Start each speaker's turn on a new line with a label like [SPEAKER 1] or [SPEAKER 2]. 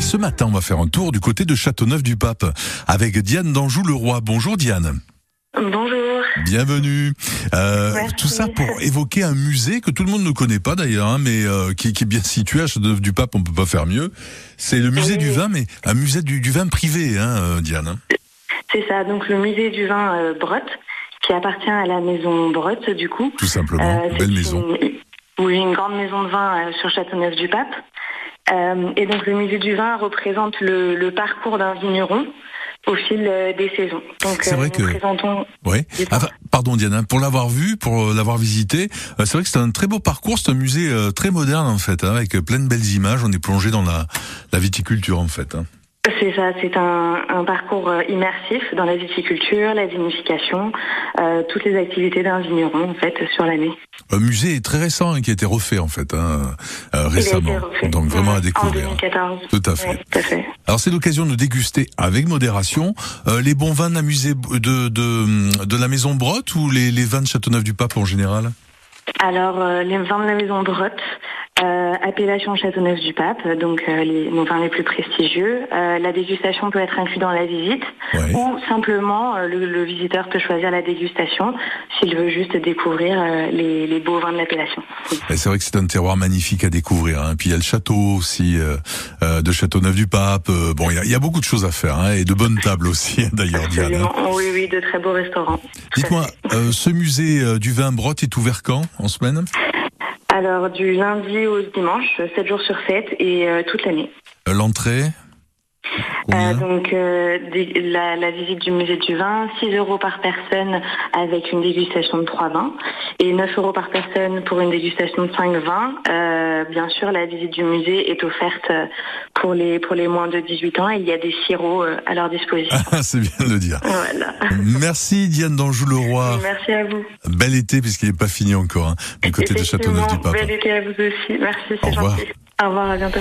[SPEAKER 1] ce matin, on va faire un tour du côté de Châteauneuf-du-Pape avec Diane d'Anjou-le-Roi. Bonjour Diane.
[SPEAKER 2] Bonjour.
[SPEAKER 1] Bienvenue. Euh,
[SPEAKER 2] Merci.
[SPEAKER 1] tout ça pour évoquer un musée que tout le monde ne connaît pas d'ailleurs, hein, mais euh, qui, qui est bien situé à Châteauneuf du Pape, on peut pas faire mieux. C'est le musée
[SPEAKER 2] Oui.
[SPEAKER 1] du vin, mais un musée du, du vin privé, hein, euh, Diane. hein.
[SPEAKER 2] C'est ça, donc le musée du vin euh, Brotte, qui appartient à la maison Brotte, du coup.
[SPEAKER 1] Tout simplement,
[SPEAKER 2] Euh, c'est
[SPEAKER 1] belle maison.
[SPEAKER 2] une- oui, une grande maison de vin euh, sur Châteauneuf-du-Pape. Euh, et donc le musée du vin représente le, le parcours d'un vigneron au fil euh, des saisons. Donc
[SPEAKER 1] C'est vrai
[SPEAKER 2] nous
[SPEAKER 1] que-
[SPEAKER 2] présentons
[SPEAKER 1] Oui.
[SPEAKER 2] Dites-moi.
[SPEAKER 1] Enfin, pardon Diane, hein, pour l'avoir vu, pour euh, l'avoir visité, euh, c'est vrai que c'est un très beau parcours, c'est un musée euh, très moderne en fait, hein, avec euh, plein de belles images. On est plongé dans la, la viticulture en fait. hein.
[SPEAKER 2] C'est ça, c'est un, un parcours euh, immersif dans la viticulture, la vinification, euh, toutes les activités d'un vigneron en fait sur l'année.
[SPEAKER 1] Un musée très récent hein, qui a été refait en fait hein, euh,
[SPEAKER 2] Il a été
[SPEAKER 1] récemment,
[SPEAKER 2] refait
[SPEAKER 1] donc vraiment à
[SPEAKER 2] en-
[SPEAKER 1] découvrir.
[SPEAKER 2] En 2014.
[SPEAKER 1] Tout à
[SPEAKER 2] Ouais,
[SPEAKER 1] fait.
[SPEAKER 2] tout à fait.
[SPEAKER 1] Alors c'est l'occasion de déguster avec modération euh, les bons vins de la, musée- de, de, de la maison Brotte ou les, les vins de Châteauneuf-du-Pape en général
[SPEAKER 2] Alors, euh, les vins de la maison Brotte, euh, appellation Châteauneuf du Pape, donc euh, les, nos vins les plus prestigieux. Euh, la dégustation peut être inclue dans la visite
[SPEAKER 1] Oui.
[SPEAKER 2] ou simplement euh, le, le visiteur peut choisir la dégustation s'il veut juste découvrir euh, les, les beaux vins de l'appellation.
[SPEAKER 1] Et c'est vrai que c'est un terroir magnifique à découvrir. Hein. Puis il y a le château aussi euh, euh, de Châteauneuf-du-Pape. Euh, bon, il y, a- il y a beaucoup de choses à faire hein, et de bonnes tables aussi d'ailleurs, Diane. hein.
[SPEAKER 2] Absolument. Oui, oui, de très beaux restaurants.
[SPEAKER 1] Dites-moi, euh, ce musée euh, du vin Brotte est ouvert quand en semaine
[SPEAKER 2] Alors, du lundi au dimanche, 7 jours sur 7 et euh, toute l'année.
[SPEAKER 1] Euh, L'entrée
[SPEAKER 2] Euh,
[SPEAKER 1] Combien
[SPEAKER 2] donc euh, des- la, la visite du musée du vin, 6 euros par personne avec une dégustation de 3 vins et 9 euros par personne pour une dégustation de 5 vins. Euh, bien sûr, la visite du musée est offerte euh, pour les, pour les moins de 18 ans et il y a des sirops euh, à leur disposition.
[SPEAKER 1] Ah, Ah. C'est bien de le dire.
[SPEAKER 2] Voilà.
[SPEAKER 1] Merci Diane d'Anjou-le-Roi.
[SPEAKER 2] Merci à vous.
[SPEAKER 1] Bel été puisqu'il n'est pas fini encore hein, du côté de
[SPEAKER 2] Effectivement,
[SPEAKER 1] Châteauneuf-du-Pape.
[SPEAKER 2] Bel été à vous aussi. Merci,
[SPEAKER 1] Au
[SPEAKER 2] c'est
[SPEAKER 1] revoir.
[SPEAKER 2] gentil. Au revoir, à bientôt.